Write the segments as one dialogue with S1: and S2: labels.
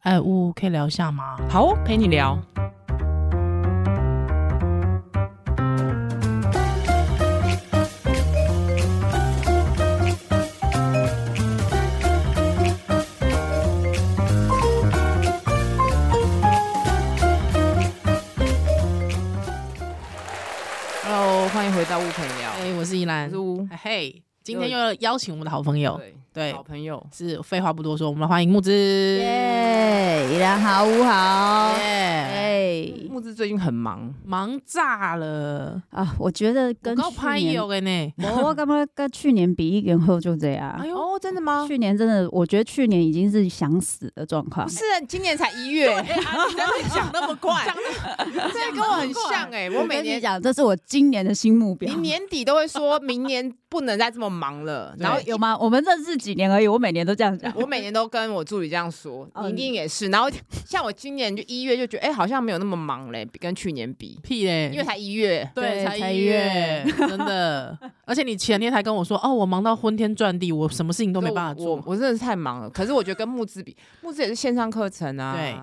S1: 哎，呜，可以聊一下吗？
S2: 好哦，陪你聊。Hello，欢迎回到物陪你聊，
S1: 哎，我是依
S2: 我
S1: 兰
S2: 是，乌，
S1: 哎嘿，今天又要邀请我们的好朋友，对
S2: 好朋友，
S1: 是废话不多说，我们来欢迎木之，耶，
S3: 耶，依然好，五好，哎
S2: 木子最近很忙，
S1: 忙炸了，
S3: 啊，我觉得
S1: 我
S3: 跟
S1: 高
S3: 去
S1: 拍哦
S3: 年
S1: 有，个呢，
S3: 我我干嘛跟去年比，一年后就这样
S1: 哎。呦，
S2: 哦，真的吗？
S3: 去年真的，我觉得去年已经是想死的状况
S2: 不。是，今年才一月，
S1: 你在那 讲那么快，
S2: 这跟我很像哎、我每
S3: 跟你
S2: 年
S3: 讲，这是我今年的新目标
S2: 你。年底都会说，明年不能再这么忙了。
S1: 对
S2: 然后
S3: 有吗？我们认识几年而已，我每年都这样讲。
S2: 我每年都跟我助理这 样说，
S3: 哦
S2: 你一定也是。然后像我今年就一月就觉得，哎、好像没有那么忙嘞，比跟去年比，
S1: 屁嘞，
S2: 因为才一月。
S1: 对，
S3: 对
S1: 才
S3: 才
S1: 一
S3: 一
S1: 月， 真的。而且你前天还跟我说，哦，我忙到昏天转地，我什么事情都没办法
S2: 所以我
S1: 做
S2: 我。我真的是太忙了。可是我觉得跟募资比，募资也是线上课程啊，
S1: 对，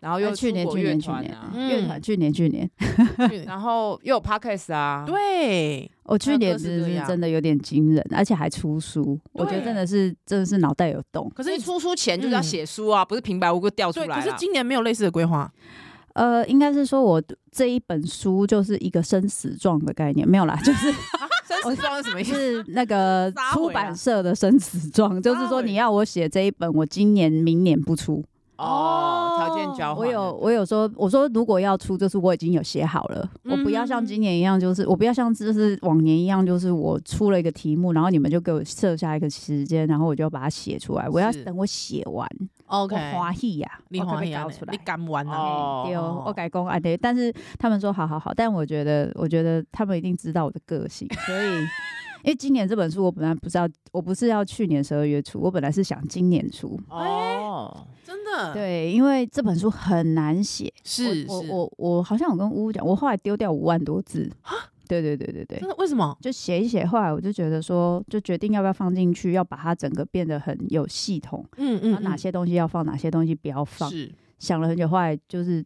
S2: 然后又
S3: 哎去年
S2: 出国
S3: 去年
S2: 乐团啊
S3: 去
S1: 嗯
S3: 乐团去年去年，
S1: 去
S2: 然后又有 podcast 啊，
S1: 对，
S3: 我去
S1: 各
S3: 年
S1: 式
S3: 真
S1: 各
S3: 的是
S1: 样
S3: 真的有点惊人，而且还出书，我觉得
S1: 对
S3: 真的是真的是脑袋有洞。
S1: 可
S2: 可是
S1: 是嗯
S2: 你出书前就是要写书啊，不是平白无故掉出
S1: 对，
S2: 来
S1: 可
S2: 啦。
S1: 是今年没有类似的规划。
S3: 呃，应该是说我这一本书就是一个生死状的概念，没有啦，就是
S2: 生死状是什么意思？
S3: 是那个
S2: 撒
S3: 出
S2: 谎啊
S3: 版社的生死状，就是
S2: 撒
S3: 说
S2: 谎
S3: 你要我写这一本，我今年、明年不出。
S2: 哦，条件交换。
S3: 我有，我有说，我说如果要出，就是我已经有写好了，我不要
S2: 嗯
S3: 像今年一样，就是我不要像就是往年一样，就是我出了一个题目，然后你们就给我设下一个时间，然后我就要把它写出来。我要
S1: 是
S3: 等我写完
S1: OK，
S3: 我欢喜呀、
S1: 你
S3: 我可不
S1: 华
S3: 可以
S1: 你
S3: 搞出来
S1: 你。敢玩啊？
S2: 哦
S3: 对哦，我改工啊对，但是他们说好好好，但我觉得，我觉得他们一定知道我的个性，所 以，因为今年这本书我本来不是要，我不是要去年十二月出，我本来是想今年出，
S1: 嗯
S2: 哦，
S1: 真的，，
S3: 对，因为这本书很难写，
S1: 是
S3: 我
S1: 是，
S3: 我我我好像有跟乌讲，我后来丢掉五万多字，对对对对对
S1: 真，的为什么？
S3: 就写一写，后来我就觉得说，就决定要不要放进去，要把它整个变得很有系统，
S1: 嗯
S3: 然
S1: 嗯，
S3: 后哪
S1: 嗯
S3: 些东西要放，哪些东西不要放，
S1: 是
S3: 想了很久，后来就是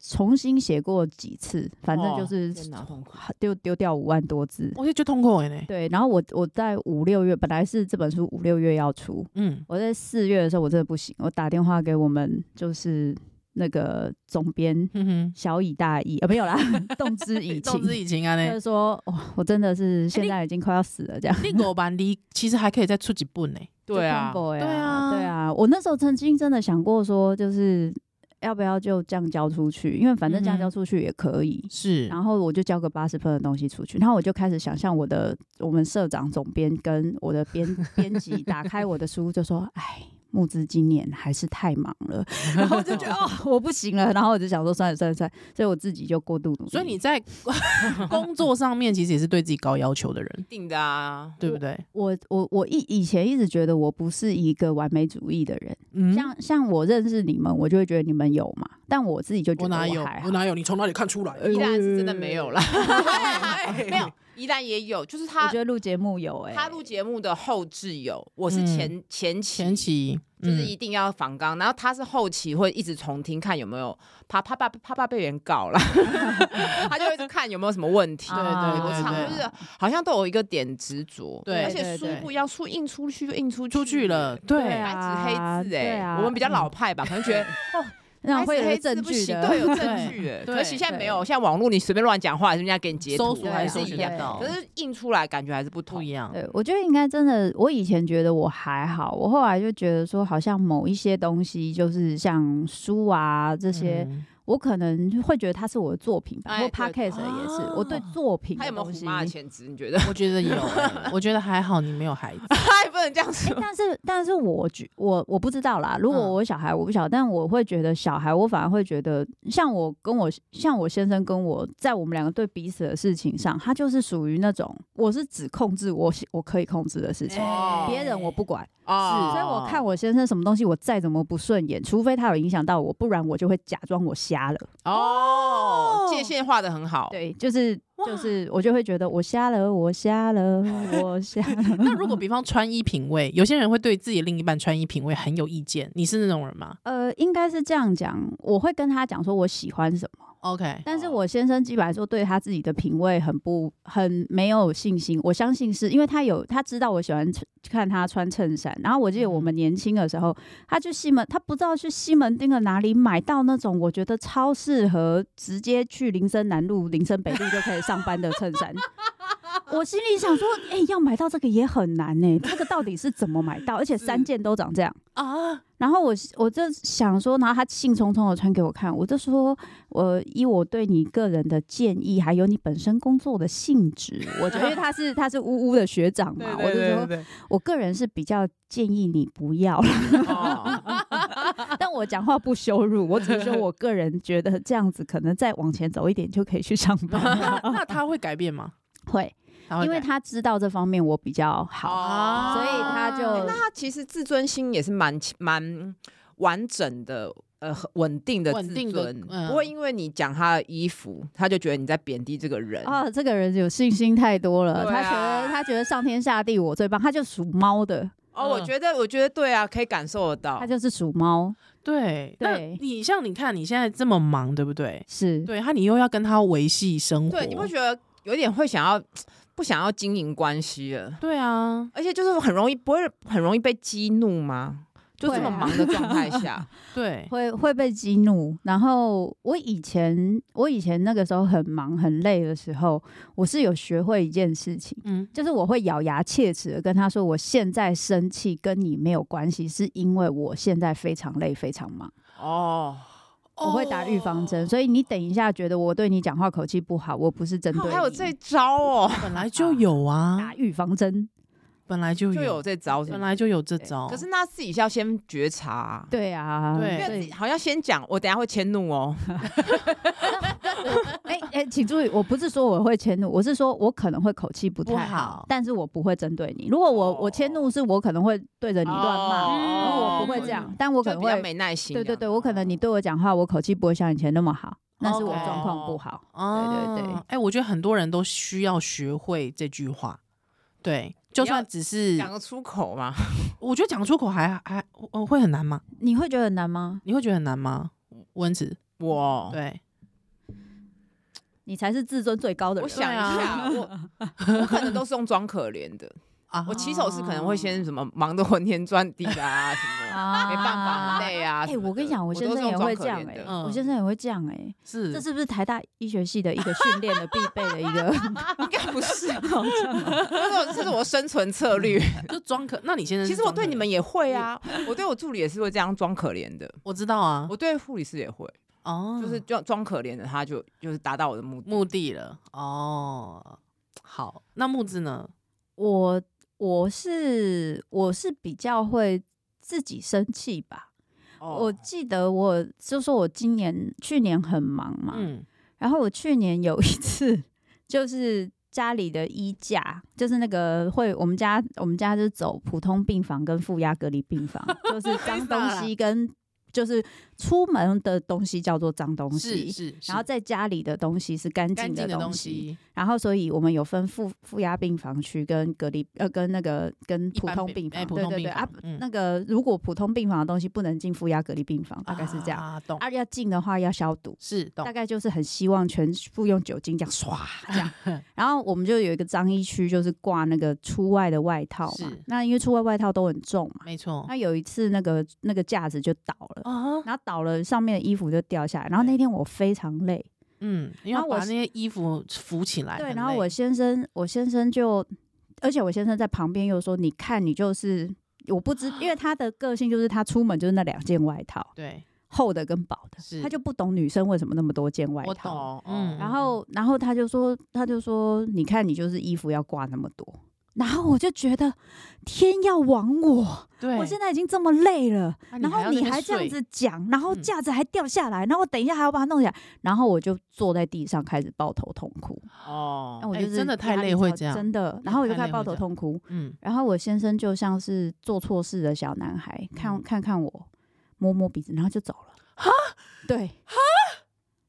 S3: 重新写过几次，反正就
S2: 哦
S3: 是
S2: 天哪痛苦
S3: 丢丢掉五万多字。
S1: 我就觉得痛苦哎呢。
S3: 对，然后我我在五六月本来是这本书五六月要出，
S1: 嗯，
S3: 我在四月的时候我真的不行，我打电话给我们就是那个总编
S1: 哼哼，
S3: 小以大义啊、没有啦，动之以
S1: 动
S3: 情，
S1: 之以情啊
S3: 就
S1: 呢。
S3: 是说哇、我真的是现
S1: 你
S3: 在已经快要死了这样。
S1: 那个版你其实还可以再出几本呢。
S2: 对啊
S3: 就，combo
S1: 对啊
S3: 呀对啊，我那时候曾经真的想过说，就是要不要就这样交出去，因为反正
S1: 嗯
S3: 这样
S1: 哼
S3: 交出去也可以。
S1: 是，
S3: 然后我就交个八十分的东西出去，然后我就开始想象我的我们社长、总编跟我的编编辑打开我的书，就说：“哎，募资今年还是太忙了。” 然后我就觉得哦，我不行了。然后我就想说，算了算了算了，所以我自己就过度努力。
S1: 所以你在工作上面其实也是对自己高要求的人，
S2: 定的啊。
S1: 对不对？
S3: 我我我以以前一直觉得我不是一个完美主义的人，
S1: 嗯
S3: 像像我认识你们，我就会觉得你们有嘛，但我自己就觉
S1: 我
S3: 得
S1: 哪有
S3: 还？好
S1: 我。哦哪有？你从哪里看出来？
S2: 依然是真
S1: 呃
S2: 的没有啦，呃 没有，依然也有，就是
S3: 我
S2: 他
S3: 觉得录节目有哎、
S2: 他录节目的后置有，我是
S1: 嗯
S2: 前前期
S1: 前期
S2: 就是
S1: 嗯
S2: 一定要仿纲，然后他是后期会一直重听看有没有，怕怕怕怕怕被人告 了，他就会一直看有没有什么问题。
S1: 对
S3: 啊
S1: 对
S2: 我
S1: 对
S2: 常
S1: 对
S2: 就是好像都有一个点执着，
S1: 对
S2: 而且
S3: 对
S2: 书
S3: 对
S2: 不要书印出去就印出
S1: 出去了，，对
S2: 白
S3: 啊
S2: 纸黑字
S3: 对
S2: 哎，
S3: 啊
S2: 我们比较老派吧，可能觉 得
S3: 那
S2: 白
S3: 会
S2: 纸
S3: 有
S2: 黑
S3: 个
S2: 字
S3: 证
S2: 不
S3: 据
S2: 行
S3: 的，
S2: 对，有证
S1: 对
S2: 据哎，
S1: 对
S2: 可惜现在没
S3: 对
S2: 有，现在网络你随便乱讲话，人家给你截
S1: 搜
S2: 图
S1: 索
S3: 还
S2: 还是
S3: 搜
S2: 一
S3: 寻
S2: 样
S3: 得到
S2: 可是印出来感觉还是不
S1: 不
S2: 同
S1: 一。样，
S3: 对，我觉得应该真的，我以前觉得我还好，我后来就觉得说，好像某一些东西，就是像书啊
S1: 这
S3: 这些，我可能会觉得它是我的作品
S2: 嗯
S3: 吧，
S2: 哎
S3: 或
S2: 对
S3: podcast
S2: 对
S3: 也
S1: 对
S3: 是，
S1: 哦
S3: 我对作 品
S2: 他
S3: 的
S2: 有没有
S3: 东
S2: 虎
S3: 西。
S2: 妈的潜质？你觉得？
S1: 我觉得有欸，我觉得还好，你没有孩子，
S2: 他也不能这样说
S3: 哎。但 是，但是我觉我我不知道啦。如果
S1: 嗯
S3: 我有小孩，我不晓得，但我会觉得小孩，我反而会觉得，像我跟我像我先生跟我在我们两个对彼此的事情上，他就是属于那种我是只控制我喜我可以控制的事情，
S2: 哦
S3: 别人我不管。
S2: 哦
S3: 所以我看我先生什么东西，我再怎么不顺眼，除非他有影响到我，不然我就会假装我瞎了。
S2: 哦，界限画的很好。
S3: 对，就是就是我就会觉得我瞎了，我瞎了，我瞎了。
S1: 那如果比方穿衣品味，有些人会对自己另一半穿衣品味很有意见，你是那种人吗
S3: 呃，应该是这样讲，我会跟他讲说我喜欢什么，
S1: ？OK，
S3: 但是我先生基本上说对他自己的品味很不很没有信心。我相信是因为他有他知道我喜欢穿看他穿衬衫，然后我记得我们年轻的时候，他去西门，他不知道去西门町的哪里买到那种我觉得超适合直接去林森南路、林森北路就可以上班的衬衫。我心里想说，哎、要买到这个也很难呢、这个到底是怎么买到？而且三件都长这样。
S1: 啊，
S3: 然后我我就想说，然后他兴冲冲的穿给我看，我就说，我依我对你个人的建议，还有你本身工作的性质，我觉得因为他是他是呜呜的学长嘛，我就 说，
S2: 对
S3: 我个人是比较建议你不要啦，
S2: 对，哦
S3: 但我讲话不羞辱，我只是说我个人觉得这样子可能再往前走一点就可以去上 班了，
S1: 那那他会改变吗？
S3: 会，
S1: 他会
S3: 因为
S1: 改
S3: 他知道这方面我比较好，
S2: 哦
S3: 所以他就
S2: 那他其实自尊心也是蛮蛮完整的，呃，很稳定的
S1: 稳
S2: 自
S1: 定的
S2: 尊，
S1: 嗯
S2: 不会因为你讲他的衣服，他就觉得你在贬低这个人。
S3: 啊，这个人有信心太多了，
S2: 对
S3: 他
S2: 啊
S3: 觉得他觉得上天下地我最棒，他就属猫的，
S2: 哦，我
S1: 嗯
S2: 觉得，我觉得对啊，可以感受得到
S3: 他。就是属猫，
S1: 对，
S3: 对
S1: 那你像你看你现在这么忙，对不对？
S3: 是
S1: 对他，你又要跟他维系生活，
S2: 对，你不觉得有点会想要不想要经营关系了？
S1: 对啊，
S2: 而且就是很容易，不会很容易被激怒吗？就这
S3: 会
S2: 么
S3: 啊
S2: 忙的状态 下，
S1: 对，
S3: 会会被激怒。然后我以前我以前那个时候很忙很累的时候，我是有学会一件事情。
S1: 嗯，
S3: 就是我会咬牙切齿的跟他说，我现在生气跟你没有关系，是因为我现在非常累、非常忙，
S2: 哦，
S3: 我会打预防
S1: 哦
S3: 针，所以你等一下觉得我对你讲话口气不好，我不是针对你，
S2: 还有这招哦，
S1: 本来就有啊
S3: 打，预防针，
S1: 本来就
S2: 就有
S1: 有，
S2: 这招是不
S1: 本
S2: 是，
S1: 来就有这招。
S2: 可是那自己要先觉察啊、
S3: 对啊，
S1: 对
S2: 因为
S3: 所
S2: 自
S3: 以
S2: 己好像先讲，我等一下会迁怒哦。
S3: 哎哎，请注意，我不是说我会迁怒，我是说我可能会口气不
S1: 不
S3: 太
S1: 好
S3: 但是我不会针对你。如果
S2: 哦
S3: 我我迁怒，是我可能会对着你乱骂，
S1: 嗯
S3: 然后我不
S2: 哦
S3: 会这样，，但 我
S2: 我
S3: 可能
S2: 比较
S3: 会，
S2: 没耐心。
S3: 对对对，我可能你对我讲话，我口气不会像以前那么好，那是我
S1: OK
S3: 状况不好。
S1: 哦，
S3: 对对对
S1: 哎、我觉得很多人都需要学会这句话，对，就
S2: 你要
S1: 算只是
S2: 哦讲得出口 嘛，
S1: 我觉得讲出口还还、呃、会很难吗？
S3: 你会觉得很难吗？
S1: 你会觉得很难吗？温子，哦
S2: 我哦
S1: 对，
S3: 你才是自尊最高的
S2: 我
S3: 人。
S2: 想一
S3: 啊
S2: 下，我我可能都是用装可怜的。
S1: 啊
S2: 我起手是可能会先什么忙得昏天转地的啊，什么
S3: 啊
S2: 没办法很。累啊。
S3: 哎、
S2: 什么的
S3: 我跟你讲，我
S2: 我
S3: 先
S2: 都是
S3: 生
S2: 用
S3: 也
S2: 装
S3: 会
S2: 可
S3: 这样
S2: 怜
S3: 哎、
S2: 的
S1: 嗯
S3: 我先生也会这样哎、
S1: 是
S3: 这是不是台大医学系的一个训练的必备的一个？
S2: 应该不是，
S3: 哦啊
S2: 这是我这是我生存策
S3: 嗯
S2: 略。
S1: 就装可，那你现在
S2: 其实我对你们
S1: 也
S2: 也会啊，
S3: 嗯
S2: 我对我助理也是会这样装可怜的，
S1: 我知道啊，
S2: 我对护理师也会，
S1: 哦，
S3: 嗯
S2: 就是装装可怜的，他就就是达到我的目的。
S1: 目的了哦。好，那木子呢？
S3: 我我是我是比较会自己生气吧。嗯我
S2: 哦
S3: 记得我就说我今年去年很忙嘛，
S1: 嗯，
S3: 然后我去年有一次就是。家里的衣架就是那个会，我们家我们家就是走普通病房跟负压隔离 病房，就是脏东西跟就是出门的东西叫做脏东
S1: 是
S3: 西，
S1: 是，
S3: 然后
S1: 是
S3: 在家里的东西是干
S1: 干
S3: 净
S1: 净
S3: 的
S1: 的东
S3: 东西，
S1: 西，
S3: 然后，所以我们有分负负压病房区跟隔离呃跟那个跟
S1: 一
S3: 普
S1: 般
S3: 通
S1: 病
S3: 病
S1: 哎
S3: 房，
S1: 普
S3: 对
S1: 通
S3: 对
S1: 病
S3: 对啊
S1: 房，嗯
S3: 那个如果普通病房的东西不能进负压隔离病房，大概是这样。
S1: 啊，懂
S3: 啊，要进的话要消毒，
S1: 是懂
S3: 大，概就是很希望全部用酒精这 样唰这样。然后我们就有一个脏衣区，就是挂那个出外的外套嘛
S1: 是。哦
S3: 那因为出外外套都很重嘛，
S1: 没错
S3: 那有一次那个那个架子就倒了，
S1: 啊，
S3: 然后倒了上面的衣服就掉下来。然后那天我非常累，
S1: 嗯，你
S3: 然
S1: 要
S3: 后我
S1: 把那
S3: 是
S1: 些衣服扶起来，
S3: 对，
S1: 很
S3: 然后
S1: 累
S3: 我先生，我先生就，而且我先生在旁边又说：“你看，你就是我不知，
S1: 啊
S3: 因为他的个性就是他出门就是那两件外套，
S1: 对
S3: 厚的跟薄的，
S1: 是，
S3: 他就不懂女生为什么那么多件外
S1: 我
S3: 套。
S1: 懂
S2: 哦，
S1: 嗯，
S3: 然后，然后他就说，他就说，你看，你就是衣服要挂那么多。”然后我就觉得天要亡我，
S1: 对，
S3: 我现在已经这么累了，
S1: 啊
S3: 然后你还这样，子讲，然后
S1: 嗯
S3: 架子还掉下来，然后我等一下还要把它弄起来，然后我就坐在地上开始抱头痛哭。
S2: 哦
S3: 那我
S1: 哎
S3: 就是
S1: 真的太
S3: 压力
S1: 累会
S3: 超
S1: 这样
S3: 真的。
S1: 真
S3: 然后我
S1: 的
S3: 就
S1: 太
S3: 开
S1: 累
S3: 始抱
S1: 会这
S3: 头
S1: 样
S3: 痛哭。
S1: 嗯，
S3: 然后我先生就像是做错事的小男孩，看
S1: 嗯
S3: 看看我，摸摸鼻子，然后就走了。哈，对，哈，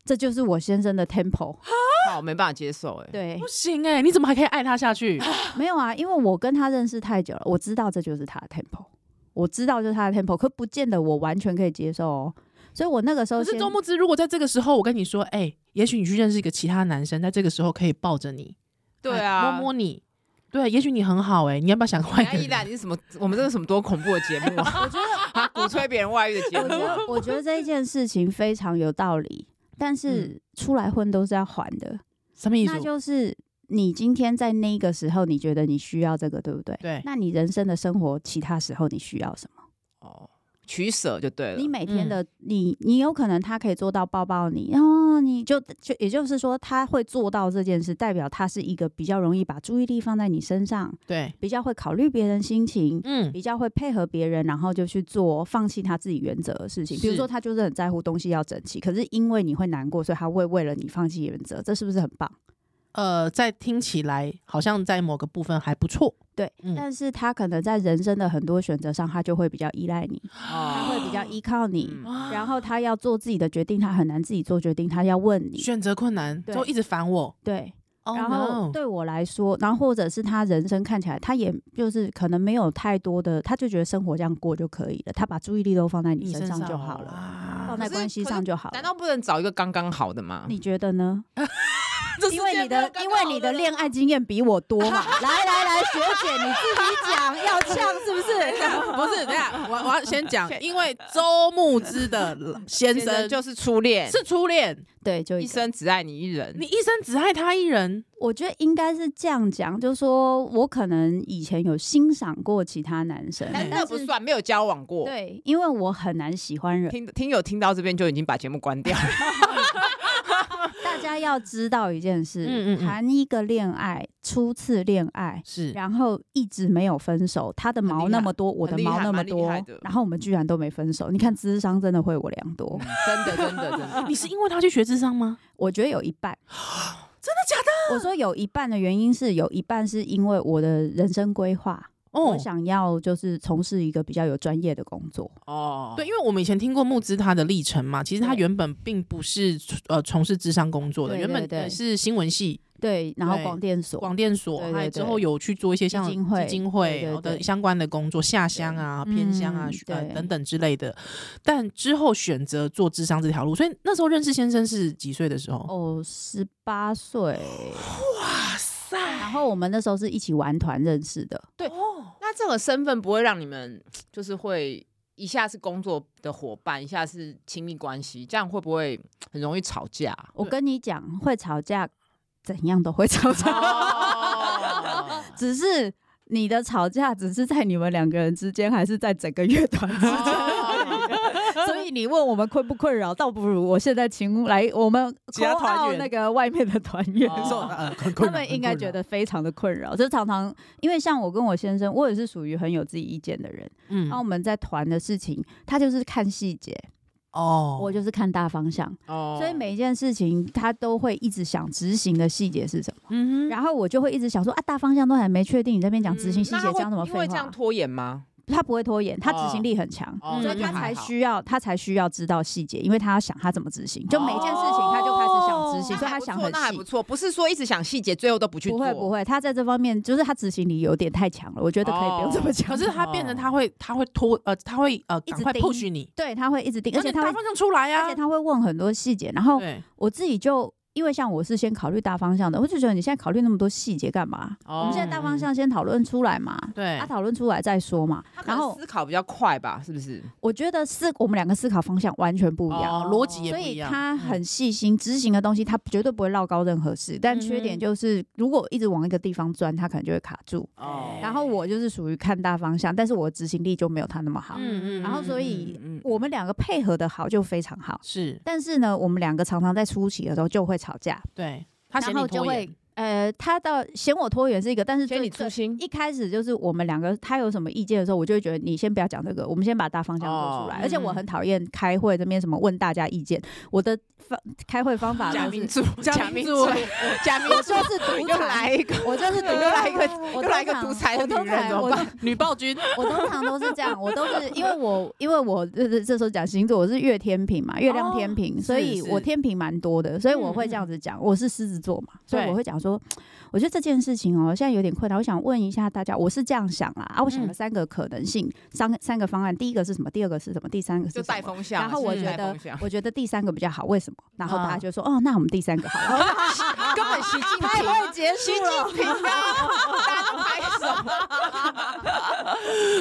S3: 这就是我先生的 tempo。
S2: 靠，没办法接受哎、
S3: 对
S1: 不，行哎、你怎么还可以爱他下去？
S3: 没有啊，因为我跟他认识太久了，我知道这就是他的 tempo，我知道就是他的 tempo，可不见得我完全可以接受哦。所以我那个时候
S1: 可
S3: 先
S1: 是周木之，如果在这个时候我跟你说，哎、也许你去认识一个其他男生，在这个时候可以抱着你，
S2: 对
S1: 哎
S2: 啊，
S1: 摸摸你，对，也许你很好哎、你要不要想换
S2: 人
S1: 一
S2: 家
S1: 个
S2: 依
S1: 人？
S2: 兰，你是什么？我们这是什么多恐怖的节目啊！我觉得啊，鼓吹别人外遇的节
S3: 我觉
S2: 目啊，
S3: 得，我觉得这一件事情非常有道理，
S1: 嗯
S3: 但是出来混都是要还的，
S1: 什么意思
S3: 那？就是 你今天在那个时候，你觉得你需要这个，对不对？
S1: 对
S3: 那你人生的生活，其他时候你需要什么？
S2: 哦，取舍就对了。
S3: 你每天
S1: 嗯
S3: 的、你，你有可能他可以做到抱抱你，然后你就就也就是说，他会做到这件事，代表他是一个比较容易把注意力放在你身上，
S1: 对，
S3: 比较会考虑别人心情，
S1: 嗯，
S3: 比较会配合别人，然后就去做放弃他自己原则的事情。
S1: 是
S3: 比如说，他就是很在乎东西要整齐，可是因为你会难过，所以他会为了你放弃原则，这是不是很棒？
S1: 呃，在听起来好像在某个部分还不错，
S3: 对，
S1: 嗯
S3: 但是他可能在人生的很多选择上，他就会比较依赖你，他
S2: 他
S3: 会比较依靠你，
S2: 嗯
S3: 然后他要做自己的决定，他很难自己做决定，他要问你。
S1: 选择困难，
S3: 对
S1: 就一直烦我。
S3: 对，
S1: Oh
S3: 然后
S1: no
S3: 对我来说，然后或者是他人生看起来，他也就是可能没有太多的，他就觉得生活这样过就可以了，他把注意力都放在你
S1: 你
S3: 身
S1: 身
S3: 上
S1: 上
S3: 就
S1: 哦
S3: 好了，
S1: 哇
S3: 放在
S2: 可是
S3: 关系
S2: 可是
S3: 上就好了
S2: 难。道不能找一个刚刚好的吗？
S3: 你觉得呢？
S2: 这世
S3: 因为
S2: 界
S3: 你
S2: 没有
S3: 的
S2: 刚
S3: 因
S2: 刚
S3: 为
S2: 好
S3: 你的
S2: 人
S3: 恋爱经验比我多嘛。来来来，学姐你自己讲，要呛是不 是？
S1: 不是，等一下我我要先 讲，因为周牧之的先
S2: 先生
S1: 生
S2: 就是初恋，
S1: 是初恋，
S3: 对，就
S2: 一
S3: 一生，
S2: 生只爱你一人。
S1: 你一生只爱他一人，
S3: 我觉得应该是这样讲，就是说我可能以前有欣赏过其他男生，
S2: 但是
S3: 但
S2: 嗯那不算没有交往过。
S3: 对，因为我很难喜欢人。
S2: 听听友听到这边就已经把节目关 掉了。
S3: 大家要知道一件事，
S1: 嗯嗯嗯
S3: 谈一个恋爱，初次恋爱。
S1: 是
S3: 然后一直没有分手，他的
S2: 很
S3: 毛
S2: 厉害
S3: 那么多，我的
S2: 很厉
S3: 毛
S2: 害
S3: 那么
S2: 蛮厉
S3: 多
S2: 害的，
S3: 然后我们居然都没分手。你看，智商真的会我良多，
S2: 真的，真的，真的。
S1: 你是因为他去学智商吗？
S3: 我觉得有一 半。
S1: 真的假的？
S3: 我说有一半的原因是有一半是因为我的人生规划，我
S1: 哦，
S3: 想要就是从事一个比较有专业的工作。
S2: 哦，
S1: 对，因为我们以前听过木之他的历程嘛，其实他
S3: 对
S1: 原本并不是呃从事智商工作的，
S3: 对
S1: 原本
S3: 对对
S1: 呃是新闻系
S3: 对，然后
S1: 对
S3: 广电所，
S1: 广电所，
S3: 对对
S1: 还有
S3: 对
S1: 之后有去做一些像
S3: 基金会
S1: 基金
S3: 对对
S1: 会哦
S3: 对
S1: 的相关的工作，下乡啊、
S3: 对
S1: 偏乡啊
S3: 嗯、
S1: 呃
S3: 对
S1: 等等之类的。但之后选择做智商这条路，所以那时候认识先生是几岁的时候？
S3: 哦，十八岁，
S1: 哇塞！
S3: 然后我们那时候是一起玩团认识的。
S1: 哦，
S2: 那这个身份不会让你们就是会一下是工作的伙伴，一下是亲密关系，这样会不会很容易吵架？
S3: 我跟你讲，会吵架，怎样都会吵
S1: 哦
S3: 架，
S2: 哦
S3: 只是。你的吵架只是在你们两个人之间，还是在整个乐团之间？
S1: 哦
S3: 所以你问我们困不困扰，倒不如我现在请来我们
S1: 其他
S3: call
S1: 团
S3: out
S1: 员
S3: 那个外面的团员，
S2: 哦
S1: 那时候呃很
S3: 他
S1: 困难
S3: 们应该
S1: 很困
S3: 觉
S1: 难
S3: 得非常的困扰。就常常因为像我跟我先生，我也是属于很有自己意见的人。
S1: 嗯
S3: 那、我们在团的事情，他就是看细节，
S1: 哦，
S3: 我就是看大方向，
S2: 哦
S3: 所以每一件事情他都会一直想执行的细节是什么。
S1: 嗯哼，
S3: 然后我就会一直想说啊，大方向都还没确定，你这边讲执行细
S2: 嗯那
S3: 节，
S2: 他会
S3: 讲什么
S2: 因为
S3: 废
S2: 这样
S3: 话？
S2: 拖延吗？
S3: 他不会拖延，他执
S2: 哦
S3: 行力很强。
S2: 哦
S1: 嗯
S2: 那
S3: 所以
S2: 就
S3: 他
S2: 还
S3: 才
S2: 好
S3: 需要，他才需要知道细节，因为他要想他怎么执行。就每一件事情，他就开始想执行，
S1: 哦
S3: 所以他
S2: 还不
S3: 想
S2: 错
S3: 很
S2: 那还
S3: 细
S2: 不。错，不是说一直想细节，最后都不去
S3: 不
S2: 做。
S3: 会不会，他在这方面就是他执行力有点太强了，我觉得可以不用这么强。
S1: 哦可是他变成他会他会拖呃他会呃
S3: 一
S1: 赶
S3: 直
S1: 快
S3: 盯
S1: push 你，
S3: 对他会一直盯，
S1: 那
S3: 而且
S1: 你
S3: 他
S1: 大
S3: 会，
S1: 方向出来
S3: 而
S1: 啊
S3: 且，他会问很多细节。然后
S1: 对，
S3: 我自己就因为像我是先考虑大方向的，我就觉得你现在考虑那么多细节干嘛？
S2: 哦
S3: 我们现在大方向先讨论出来嘛，
S1: 对
S3: 啊，讨论出来再说嘛
S2: 他。可能
S3: 然后
S2: 思考比较快吧，是不是？
S3: 我觉得思我们两个思考方向完全不一样。
S1: 哦逻辑也
S3: 所
S1: 不
S3: 以
S1: 一样，
S3: 他
S1: 嗯
S3: 很细心，执行的东西他绝对不会绕高任何事。但缺点
S1: 嗯哼
S3: 就是，如果一直往一个地方钻，他可能就会卡住。
S2: 哦
S3: 然后我就是属于看大方向，但是我的执行力就没有他那么好。
S1: 嗯嗯
S3: 然后所以
S2: 嗯嗯嗯
S3: 我们两个配合的好就非常好，
S1: 是
S3: 但是呢，我们两个常常在初期的时候就会吵架。
S1: 对他嫌
S3: 然
S1: 你
S3: 后就
S1: 拖
S3: 会
S1: 延，
S3: 呃，他到嫌我拖延是一个，但是
S2: 所以你
S3: 最
S2: 粗心
S3: 一开始就是我们两个，他有什么意见的时候，我就会觉得你先不要讲这个，我们先把大方向做出来。
S2: 哦
S3: 而且我
S1: 嗯
S3: 很讨厌开会这边什么问大家意见，我的方开会方法
S2: 假
S3: 就
S2: 民
S3: 是
S2: 主，
S1: 假民主
S2: 假民
S3: 我
S2: 主
S3: 就， 是独
S2: 又来
S3: 裁，
S2: 一个，
S3: 我就是独
S2: 又来一个
S3: 裁
S2: 又
S3: 我
S2: 来一个
S3: 通
S2: 独
S3: 常
S2: 裁的
S3: 我通
S2: 女人
S3: 常
S2: 怎么
S3: 我
S2: 办
S3: 都
S1: 女暴君，
S3: 我通常都是这样，我都是因为我因为我这这这时候讲星座，我是月天平嘛，月亮天平，
S2: 哦
S3: 所以
S1: 是
S3: 我天平蛮多的，所以我会
S1: 嗯
S3: 这样子讲。我是狮子座嘛，所以
S1: 对
S3: 我会讲说，我觉得这件事情哦、现在有点困难，我想问一下大家，我是这样想啦，啊，我想了
S1: 嗯
S3: 三个可能性，三三个方案，第一个是什么？第二个是什么？第三个是
S2: 就
S3: 什
S2: 带
S3: 么？
S2: 风向。啊
S3: 然后我觉得， 我觉得第三个比较好，为什么？然后大家
S1: 嗯
S3: 就说，哦，那我们第三个好了。
S2: 根本习近
S3: 太
S2: 平，
S3: 会结
S2: 习
S3: 束了，
S2: 近 平啊，大家都拍手。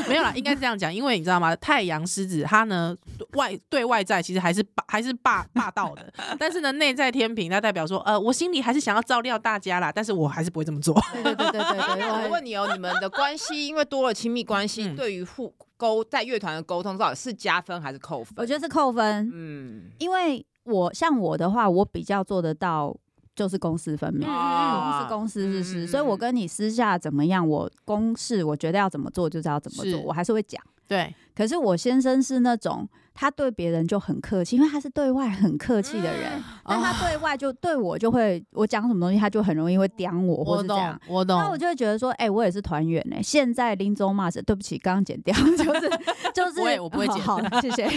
S1: 没有啦，应该是这样讲，因为你知道吗？太阳狮子它呢外对外在其实还是霸还是霸霸道的，但是呢内在天平，它代表说呃我心里还是想要照料大家啦，但是我还是不会这么 做。
S3: 对对对对对对，
S2: 那我问你哦，你们的关系因为多了亲密关系，
S1: 嗯
S2: 对于互沟在乐团的沟通到底是加分还是扣分？
S3: 我觉得是扣分，
S2: 嗯，
S3: 因为我像我的话，我比较做得到。就是公私分明，
S1: 嗯
S2: 啊
S3: 公事公私是私，
S2: 嗯
S3: 所以我跟你私下怎么样，我公事我觉得要怎么做就是要怎么
S1: 是
S3: 做，我还是会讲。
S1: 对，
S3: 可是我先生是那种他对别人就很客气，因为他是对外很客气的人，
S2: 嗯
S3: 但
S2: 哦
S3: 他对外就对我就会，我讲什么东西他就很容易会刁我或
S1: 我
S3: 是这样
S1: 懂。，我懂。
S3: 那我就会觉得说，哎、我也是团员哎、现在林中骂是对不起，刚刚剪掉， 就是就是，
S1: 不会我不会剪
S3: 好，好 谢谢。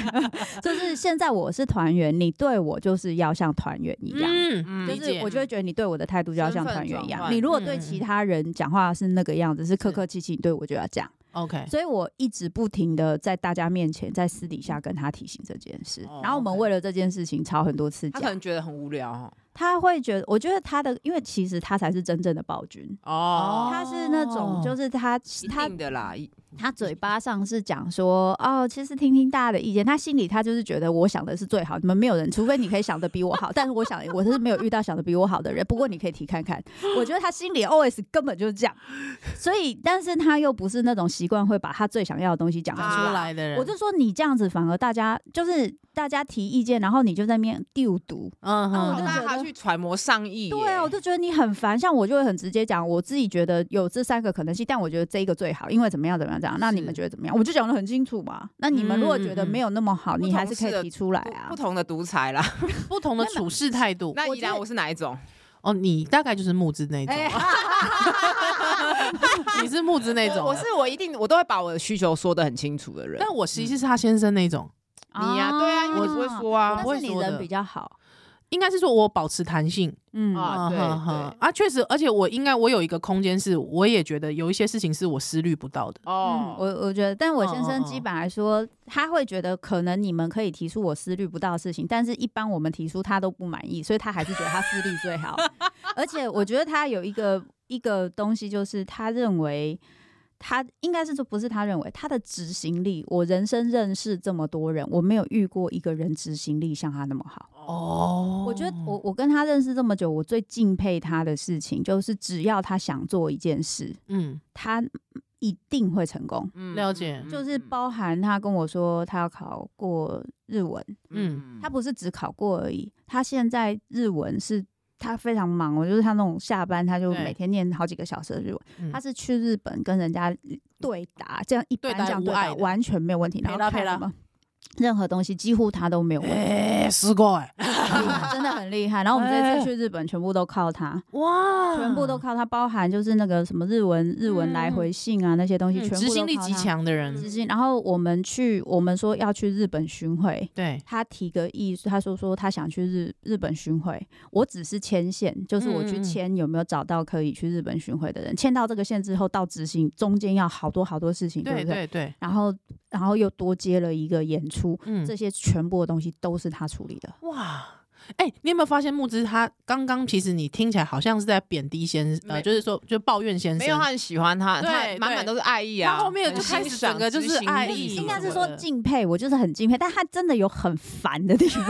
S3: 就是现在我是团员，你对我就是要像团员一样。
S1: 嗯，
S2: 嗯
S3: 就
S1: 理解
S3: 是我就会觉得你对我的态度就要像团员一
S2: 身份转
S3: 样。
S2: 换
S3: 你如果对
S1: 嗯
S3: 其他人讲话是那个样子，是客客气气，你对我就要这样。
S1: OK，
S3: 所以我一直不停的在大家面前，在私底下跟他提醒这件事
S2: 哦。
S3: 然后我们
S2: OK
S3: 为了这件事情吵很多次
S2: 他可
S3: 架。
S2: 能觉得很无聊哦
S3: 他会觉得，我觉得他的，因为其实他才是真正的暴君。
S2: 哦，
S3: 他是那种，
S1: 哦
S3: 就是他
S2: 一
S3: 他
S2: 定的啦，一
S3: 他嘴巴上是讲说，哦，其实听听大家的意见，他心里他就是觉得我想的是最好，你们没有人，除非你可以想的比我好，但是我想我是没有遇到想的比我好的人，不过你可以提看看，我觉得他心里 OS 根本就是这样，所以，但是他又不是那种习惯会把他最想要的东西讲出
S1: 讲
S2: 啊
S3: 来。
S1: 出来的人，
S3: 啊我就说你这样子，反而大家就是大家提意见，然后你就在那边丢毒。
S1: 嗯
S3: 啊我
S2: 好
S1: 哼，
S3: 就
S2: 大
S3: 觉
S2: 他
S3: 得
S2: 去揣摩上意耶。
S3: 对啊，我就觉得你很烦。像我就会很直接讲，我自己觉得有这三个可能性，但我觉得这一个最好，因为怎么样怎么样怎么样。那你们觉得怎么样？我就讲的很清楚嘛。那你们如果觉得
S1: 嗯嗯嗯
S3: 没有那么好，
S2: 不
S3: 你
S2: 同
S3: 还是可
S2: 事
S3: 以
S2: 的
S3: 提出来
S2: 不
S3: 啊
S2: 不。同的独裁啦。
S1: 不同的处事态度。
S2: 那
S3: 我
S2: 依
S3: 觉
S2: 然
S3: 得
S2: 我是哪一种？
S1: 哦，你大概就是木之那一种，
S3: 哎
S1: 啊你是木之 那种，啊
S2: 我我
S3: 啊
S2: 是我一定我都会把我的需求说的很清楚的人。
S1: 但我其
S3: 嗯
S1: 实是他先生那种，
S2: 你呀、对啊，因为你不会说啊
S1: 我
S3: 但
S1: 不会
S3: 是你
S1: 说
S3: 人
S1: 的
S3: 比较好。
S1: 应该是说我保持弹性，
S3: 嗯
S2: 啊对
S1: 哼哼
S2: 对
S1: 啊，确实，而且我应该我有一个空间是，我也觉得有一些事情是我思虑不到的。
S3: 嗯，
S2: 哦，
S3: 我我觉得，但我
S1: 嗯
S3: 先
S1: 嗯
S3: 生
S1: 嗯
S3: 基本来说，他会觉得可能你们可以提出我思虑不到的事情，但是一般我们提出他都不满意，所以他还是觉得他思虑最好。而且我觉得他有一个一个东西，就是他认为他应该是说不是他认为他的执行力，我人生认识这么多人，我没有遇过一个人执行力像他那么好。
S1: 哦
S3: 我觉得我我跟他认识这么久，我最敬佩他的事情就是，只要他想做一件事，
S1: 嗯，
S3: 他一定会成功。
S2: 嗯
S1: 了解
S3: 就是包含他跟我说他要考过日文，
S1: 嗯
S3: 他不是只考过而已，他现在日文是他非常忙，我就是他那种下班他就
S1: 对
S3: 每天念好几个小时的日文，
S1: 嗯
S3: 他是去日本跟人家对答，这样一般
S1: 对答
S3: 这样对
S1: 无碍
S3: 答
S1: 的
S3: 完全没有问题，然后
S1: 陪啦
S3: 看
S1: 陪啦
S3: 什么任何东西几乎他都没有 问题，
S1: 哎，试过哎，
S3: 真的很厉害。然后我们这
S1: 哎嗯
S3: 次去日本全部都靠他，
S1: 哇
S3: 全部都靠他，包含就是那个什么日文日文来回信啊那些东西，
S1: 嗯
S3: 全部
S1: 执
S3: 都嗯
S1: 行力
S3: 靠
S1: 极
S3: 他
S1: 强的人，
S3: 资金。然后我们去，我们说要去日本巡回，
S1: 对，
S3: 他提个议，他说说他想去日日本巡回，我只是牵线，就是我
S1: 嗯嗯
S3: 去
S1: 嗯
S3: 签有没有找到可以去日本巡回的人，签到这个线之后，到执行中间要好多好多事情，对
S1: 对
S3: 不
S1: 对
S3: 对？
S1: 对，
S3: 然后然后又多接了一个演出，
S1: 嗯
S3: 这，些全部的东西都是他处理的。
S1: 哇。哎、你有没有发现木之他刚刚其实你听起来好像是在贬低先，
S2: 没
S1: 呃，就是说就抱怨先生，
S2: 没有，
S3: 啊
S2: 他很喜欢他，
S1: 对
S2: 他满满
S1: 对
S2: 都是爱意啊。
S1: 他后面就
S2: 很欣
S1: 开始
S2: 赏
S1: 整个就是
S2: 执行力
S1: 爱意
S2: 什么
S3: 应该
S1: 什
S3: 是
S2: 的
S3: 说
S1: 么的
S3: 敬佩，我就是很敬佩，但他真的有很烦的地方。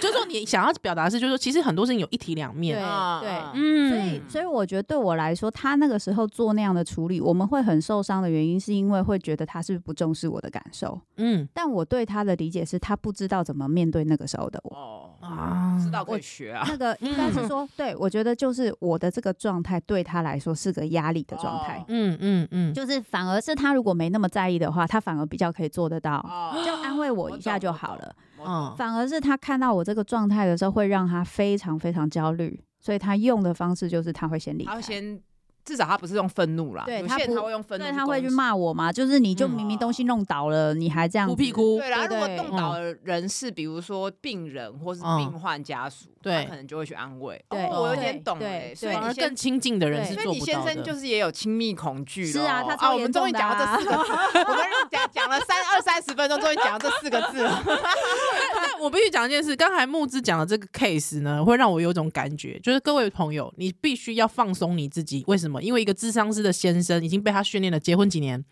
S1: 就是说你想要表达的是，就是说其实很多事情有一体两面，
S2: 啊
S3: 对
S2: 啊
S1: 嗯，
S3: 所以，所以我觉得对我来说，他那个时候做那样的处理，我们会很受伤的原因，是因为会觉得他是不是不重视我的感受。
S1: 嗯，
S3: 但我对他的理解是他不知道怎么面对那个时候的我。
S2: 哦哦，
S1: 啊
S2: 知道可以学啊，
S3: 那个应该是说，对我觉得就是我的这个状态对他来说是个压力的状态，
S2: 哦
S1: 嗯嗯嗯，
S3: 就是反而是他如果没那么在意的话，他反而比较可以做得到，
S2: 哦，
S3: 就安慰我
S2: 我
S3: 一下
S2: 懂
S3: 就
S2: 我
S3: 好
S2: 懂
S3: 了。
S2: 我懂
S1: 嗯，
S3: 反而是他看到我这个状态的时候，会让他非常非常焦虑，所以他用的方式就是他会先离
S2: 他
S3: 开
S2: 会。先，至少他不是用愤怒啦，
S3: 对
S2: 有
S3: 他
S2: 些人
S3: 不
S2: 他会用愤怒，
S3: 对，他会去。骂我嘛？就是你就
S1: 嗯
S3: 明明东西弄倒了，你还这样
S1: 哭屁
S3: 子
S1: 哭，
S2: 对啦，
S3: 对
S2: 如果
S3: 对嗯
S2: 动倒的人是比如说病人或是
S1: 嗯
S2: 病患家属，
S1: 对
S2: 他可能就会去安慰。
S3: 对
S2: 哦，我有点
S3: 对
S2: 懂
S3: 对
S2: 哎，
S3: 对
S2: 所以
S1: 反
S2: 你
S1: 而
S2: 先
S1: 更亲近的人
S3: 对
S1: 是
S2: 所以
S1: 做
S2: 你
S1: 不
S2: 先
S1: 到
S2: 生就
S1: 的。
S2: 是也有亲密恐惧咯，
S3: 是啊他超
S2: 啊，我们
S3: 严
S2: 终于
S3: 重的
S2: 讲到
S3: 啊
S2: 这四个，我跟你讲讲了三二三十分钟，终于讲到这四个字 了。
S1: 但我必须讲一件事，刚才木之讲的这个 case 呢，会让我有一种感觉，就是各位朋友，你必须要放松你自己。为什么？因为一个智商师的先生已经被他训练了，结婚几年？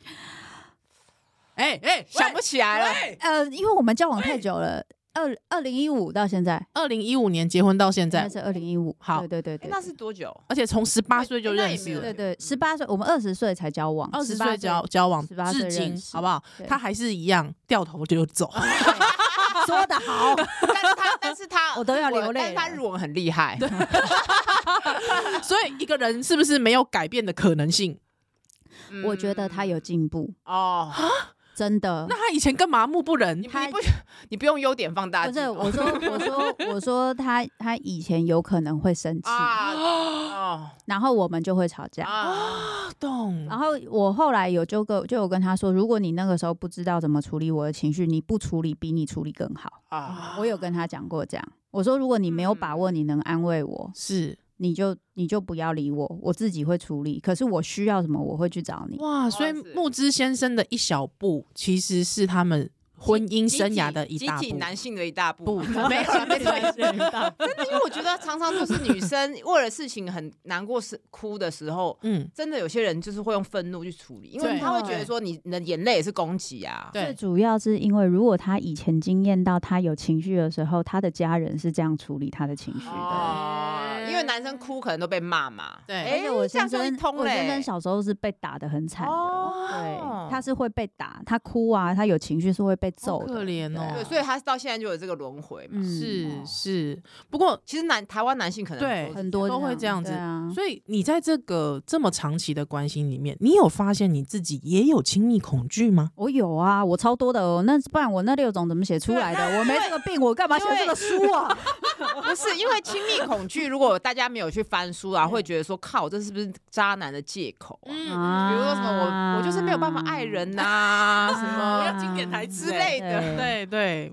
S1: 哎哎，
S2: 想不起来了，
S1: 了。
S3: 呃，因为我们交往太久了，二二零一五到现在，
S1: 二零一五年结婚到现
S3: 应该
S1: 在，
S3: 是二零一五。
S1: 好哎
S3: 对对对
S2: 哎
S3: 对，
S2: 那是多久？
S1: 而且从十八岁就
S2: 哎那也
S1: 认识
S2: 没有
S1: 了
S3: 对，对，十八岁，我们二十岁才交往，
S1: 二哦十
S3: 18
S1: 岁交交往，
S3: 18岁
S1: 至今
S3: 认识
S1: 好不好？
S3: 对
S1: 他还是一样掉头就 走。
S3: 对说的 好，
S2: 但是他，但是他，
S3: 我都要流泪
S2: 但是他
S3: 了
S2: 日文很厉害，
S1: 所以一个人是不是没有改变的可能性？
S2: 嗯
S3: 我觉得他有进步，
S2: 哦。
S3: 真的
S1: 那。他以前干嘛目不忍
S2: 你？不
S3: 他
S2: 你不你不用优点放大
S3: 不
S2: 镜
S3: 是
S2: 哦，
S3: 我说，我说，我说他他以前有可能会生气，
S2: 啊 哦
S3: 然后我们就会吵 架。
S2: 啊，
S1: 不 懂
S3: 然后我后来有就跟就有跟他说，如果你那个时候不知道怎么处理我的情绪，你不处理比你处理更好。
S2: 啊
S3: 我有跟他讲过这样，我说如果你没有把握，
S1: 嗯
S3: 你能安慰我，
S1: 是
S3: 你就你就不要理我，我自己会处理。可是我需要什么，我会去找你。
S1: 哇，所以
S2: 是
S1: 木之先生的一小步，其实是他们婚姻生涯的一大
S2: 集体
S1: 步。
S2: 男性的一大步
S1: 不，
S2: 没有啦没错，
S3: 对，
S2: 真的， 因为我觉得常常就是女生为了事情很难过是哭的时候。
S1: 嗯，
S2: 真的有些人就是会用愤怒去处理，因
S1: 对
S2: 为他会觉得说你你的眼泪也是攻击啊。
S3: 最
S1: 对，
S3: 主要是因为如果他以前经验到他有情绪的时候，他的家人是这样处理他的情绪的。
S2: 哦，因为男生哭可能都被骂嘛。
S1: 对
S3: 而
S2: 哎
S3: 且，我
S2: 这样
S3: 先
S2: 就
S3: 生
S2: 一，通
S3: 我先生
S2: 嘞。
S3: 小时候是被打的很惨的，
S2: 哦
S3: 对，他是会被打，他哭啊，他有情绪是会被
S1: 好
S3: 揍
S1: 可
S3: 的。
S1: 怜哦。
S2: 对，所以他到现在就有这个轮回嘛。
S3: 嗯
S1: 是
S2: 哦
S1: 是，不过
S2: 其实男台湾男性可能
S1: 对
S2: 都是
S3: 很多
S1: 都会这样子
S3: 对啊。
S1: 所以你在这个这么长期的关系里面，你有发现你自己也有亲密恐惧吗？
S3: 我有啊，我超多的哦。那不然我那六种怎么写出来的？我没这个病，我干嘛写这个 书啊？
S2: 不是因为亲密恐惧，如果大家没有去翻书啊，会觉得说靠，这是不是渣男的借口啊？
S1: 嗯，
S3: 啊
S2: 比如说什么我我就是没有办法爱人呐、什么
S1: 我要经典台词
S2: 之类的，
S1: 对对，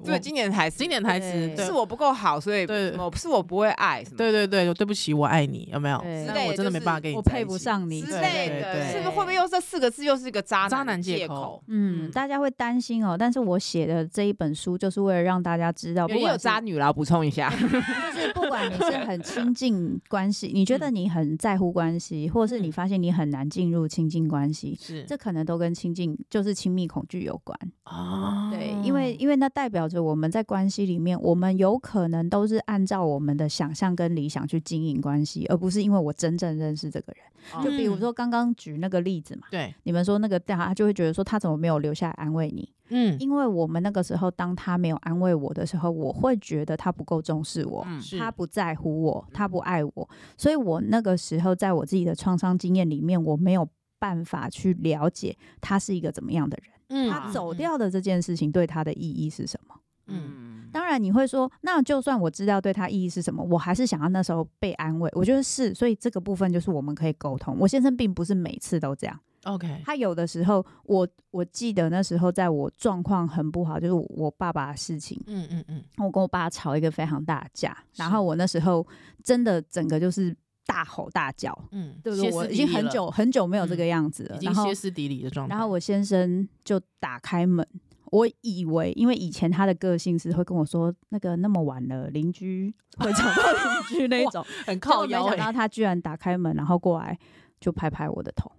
S2: 对
S1: 我
S2: 经典台词，
S1: 经典台词，
S3: 对
S1: 对
S2: 是我不够好，所以
S1: 对
S2: 什么是我不会爱什么
S1: 对对对，对不起，我爱你，有没有？
S3: 对
S1: 但我真的没办法跟你
S3: 我
S1: 在一
S3: 配不
S1: 起。
S3: 上你
S2: 之
S1: 对
S2: 类
S1: 对
S2: 的，
S1: 对
S2: 是不是会不会又这四个字又是一个渣
S1: 渣
S2: 男
S1: 男
S2: 的
S1: 借
S2: 借
S1: 口？
S3: 嗯，大家会担心哦。但是我写的这一本书，就是为了让大家知道，不
S2: 也有
S3: 管是
S2: 渣，女啦，我补充一 下，
S3: 就是不管你是很亲近关系，你觉
S2: 嗯
S3: 得你很在乎关系，或是你发现你很难进入亲近关系，
S1: 是
S3: 这可能都跟亲近就是亲密恐惧有关。
S1: 啊
S3: 对，因为因为那代表着我们在关系里面，我们有可能都是按照我们的想象跟理想去经营关系，而不是因为我真正认识这个人。就比如
S1: 嗯
S3: 说刚刚举那个例子嘛，
S1: 对，
S3: 你们说那个大家就会觉得说他怎么没有留下来安慰你？
S1: 嗯，
S3: 因为我们那个时候，当他没有安慰我的时候，我会觉得他不够重视我。
S2: 嗯，
S1: 是嗯
S3: 他不在乎我，他不爱我，所以我那个时候在我自己的创伤经验里面，我没有办法去了解他是一个怎么样的人。
S1: 嗯
S3: 他走，掉的这件事情对他的意义是什么？
S1: 嗯
S2: 嗯，
S3: 当然你会说，那就算我知道对他意义是什么，我还是想要那时候被安慰。我觉得是，所以这个部分就是我们可以沟通。我先生并不是每次都这样，
S1: 嗯，OK，
S3: 他有的时候，我我记得那时候在我状况很不好，就是我我爸爸的事情，
S1: 嗯嗯嗯，
S3: 我跟我爸吵一个非常大的架，然
S1: 是
S3: 后我那时候真的整个就是大吼大叫，
S1: 嗯，
S3: 对不对？
S1: 歇斯
S3: 我
S1: 底
S3: 已经
S1: 里
S3: 很
S1: 了，
S3: 久很久没有这
S1: 嗯
S3: 个样子了，
S1: 已经
S3: 然后
S1: 歇斯底里的状态。
S3: 然后我先生就打开门，我以为因为以前他的个性是会跟我说那个那么晚了，邻居会吵到邻居那一种，
S1: 很
S3: 结果
S1: 靠
S3: 没
S1: 腰
S3: 想
S1: 欸，
S3: 到他居然打开门，然后过来就拍拍我的头，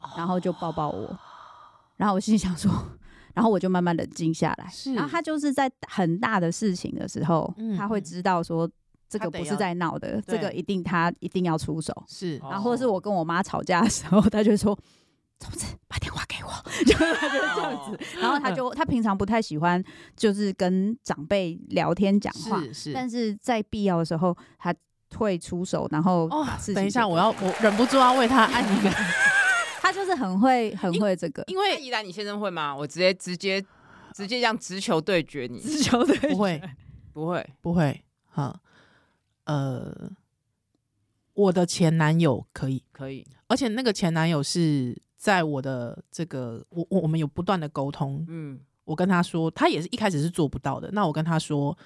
S2: 哦
S3: 然后就抱抱
S1: 哦
S3: 我，然后我心里想说，然后我就慢慢冷静下来。
S1: 是
S3: 然后他就是在很大的事情的时候，
S1: 嗯
S3: 他会
S1: 嗯
S3: 知道说这
S1: 他
S3: 个
S1: 得
S3: 不是
S1: 要
S3: 在闹的，这
S1: 对
S3: 个一定他一定要出手。
S1: 是
S2: 哦
S3: 然后或者是我跟我妈吵架的时候，他就说：“周子，把电话给我。”就是他就是这样
S2: 哦
S3: 子。然后他就他平常不太喜欢就是跟长辈聊天讲话，
S1: 是是。
S3: 但是在必要的时候他会出手，然后
S1: 哦
S3: 把事情
S1: 等一下，
S3: 解决
S1: 我要我忍不住要为他按一个，
S3: 他就是很会很会这个
S1: 因
S2: 因为
S1: 为
S2: 宜兰，你先生会吗？我直接直接直接这样直球对决你，
S3: 直球 对
S1: 不会
S2: 不会
S1: 不会，哈，呃，我的前男友可以，
S2: 可以，
S1: 而且那个前男友是在我的这个，我我我们有不断的沟通，
S2: 嗯，
S1: 我跟他说，他也是一开始是做不到的，那我跟他说，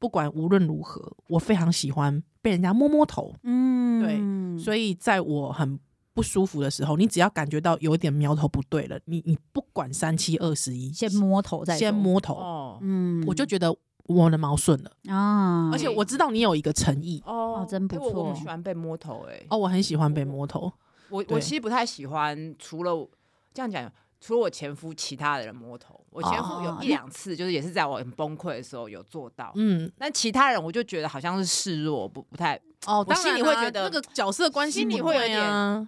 S1: 不管无论如何，我非常喜欢被人家摸摸头，
S3: 嗯
S1: 所以在我很不舒服的时候，你只要感觉到有点苗头不对了，你你不管三七二十一，
S3: 先摸头再
S1: 先
S3: 说，
S1: 摸头，
S2: 哦
S3: 嗯
S1: 我就觉得我的毛顺了，
S3: 啊，
S1: 而且我知道你有一个诚意。
S2: 哦
S3: 真不
S2: 哎我我
S3: 错
S2: 很喜欢被摸头，哎，
S1: 哦，我很喜欢被摸头，
S2: 我
S1: 对
S2: 我其实不太喜欢，除了我这样讲，除了我前夫，其他的人摸头，我前夫
S3: 哦
S2: 有一两次，就是也是在我很崩溃的时候有做到，
S1: 嗯，
S2: 但其他人我就觉得好像是示弱，不不太
S1: 哦，
S2: 当
S1: 心里
S2: 然
S1: 会
S2: 啊
S1: 觉得
S2: 那个
S1: 角色关
S2: 系
S1: 心里
S2: 不
S1: 会有
S2: 对
S1: 点
S2: 啊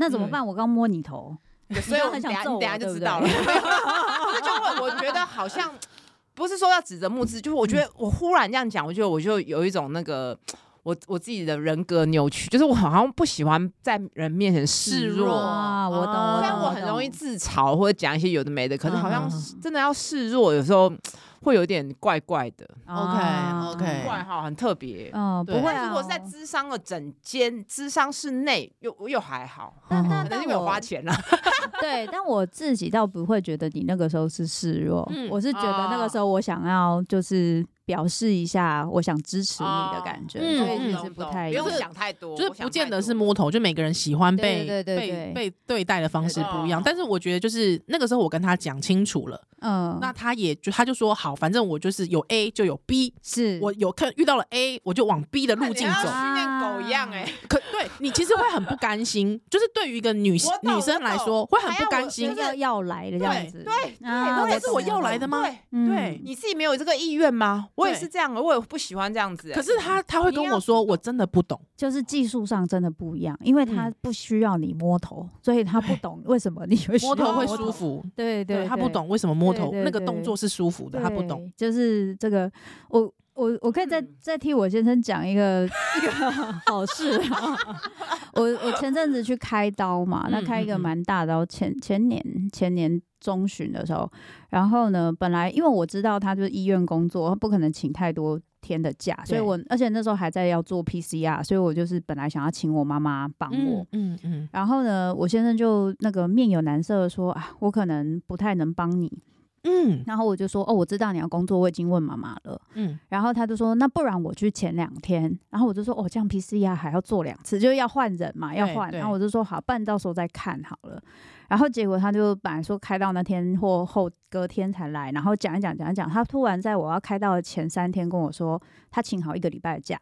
S3: 那怎么办？我刚摸你头，
S2: 所以
S3: 就
S2: 我
S3: 很
S2: 们等下
S3: 想揍
S2: 你等下
S3: 我
S2: 就
S3: 对不
S2: 知
S3: 对
S2: 道了。 这就会我觉得好像不是说要指责木之，就是我觉
S3: 嗯
S2: 得我忽然这样讲，我觉得我就有一种那个。我我自己的人格扭曲，就是我好像不喜欢在人面前示弱，
S3: 啊，我懂，
S1: 啊
S3: 我
S2: 虽然
S3: 懂，
S2: 我很容易
S3: 懂
S2: 自嘲或者讲一些有的没的，可是好像
S1: 嗯嗯
S2: 真的要示弱，有时候会有点怪怪的，
S3: 啊
S1: OK，OK
S2: 怪哈，很特别。
S3: 嗯，不
S1: 对
S3: 会
S2: 但
S3: 啊，
S2: 如果是在智商的整间智商室内，又又还好，
S3: 但
S1: 嗯
S3: 但
S2: 可能
S3: 但
S2: 是因为我
S3: 我
S2: 花钱啊了。
S3: 对，但我自己倒不会觉得你那个时候是示弱，
S1: 嗯
S3: 我是觉得那个
S2: 哦
S3: 时候我想要就是表示一下，我想支持你的感觉，
S1: 哦
S3: 所以
S1: 嗯
S3: 其
S1: 嗯
S3: 实不
S2: 懂
S3: 太
S2: 不
S3: 一样
S2: 用想太多，
S1: 就是
S2: 我想
S1: 不见
S2: 太
S1: 得
S2: 多
S1: 是摸头，就每个人喜欢被
S3: 对对对对
S1: 被被对待的方式不一样。
S2: 哦
S1: 但是我觉得就是那个时候我跟他讲清楚了，
S3: 嗯，
S1: 那他也就他就说好，反正我就是有 A 就有 B，
S3: 是哎
S1: 我有看遇到了 A 我就往 B 的路
S2: 你
S1: 径
S2: 要
S1: 走。啊
S2: 训练狗一样哎、
S1: 可对你其实会很不甘心， 就是对于一个女
S2: 我懂
S1: 女生来说
S2: 我懂
S1: 会很不
S2: 还要
S1: 甘
S2: 我
S1: 心
S3: 就。要要来的这样
S1: 对
S3: 子，
S2: 对对
S3: 啊
S2: 那
S1: 这
S2: 我
S1: 是
S3: 懂
S1: 我要
S3: 了懂
S1: 来
S3: 了
S1: 的吗？
S2: 对，
S3: 嗯
S1: 对
S2: 你自己没有这个意愿吗？我也
S1: 对
S2: 是这样的，我也不喜欢这样子、哎
S1: 可是他他会跟我说，我真的不懂。
S3: 就是技术上真的不一样，因为他
S1: 嗯
S3: 不需要你摸头，所以他不
S1: 对
S3: 懂为什么你会需
S1: 摸头
S3: 要
S1: 会
S2: 摸
S1: 舒
S2: 头
S1: 服，
S3: 对对，
S1: 他
S3: 对
S1: 不懂为什么摸头
S3: 对对
S1: 那个
S3: 对
S1: 动作是舒服的，他不懂。
S3: 对，就是这个，我我我可以再
S2: 嗯
S3: 再替我先生讲一个一个好事啊。 我我前阵子去开刀嘛，那
S1: 嗯
S3: 开一个
S1: 嗯嗯
S3: 蛮大的刀，前前年前年中旬的时候，然后呢，本来因为我知道他就是医院工作，不可能请太多天的假，所
S1: 对
S3: 以我而且那时候还在要做 PCR，所以我就是本来想要请我妈妈帮我，
S1: 嗯嗯嗯，
S3: 然后呢，我先生就那个面有难色地说啊，我可能不太能帮你，
S1: 嗯
S3: 然后我就说哦，我知道你要工作，我已经问妈妈了。
S1: 嗯，
S3: 然后他就说那不然我去前两天。然后我就说哦，这样 PCR 还要做两次，就是要换人嘛，要
S1: 对
S3: 换。
S1: 对
S3: 然后我就说好，不然到时候再看好了。然后结果他就本来说开到那天或后隔天才来，然后讲一讲讲一讲，他突然在我要开到的前三天跟我说，他请好一个礼拜的假，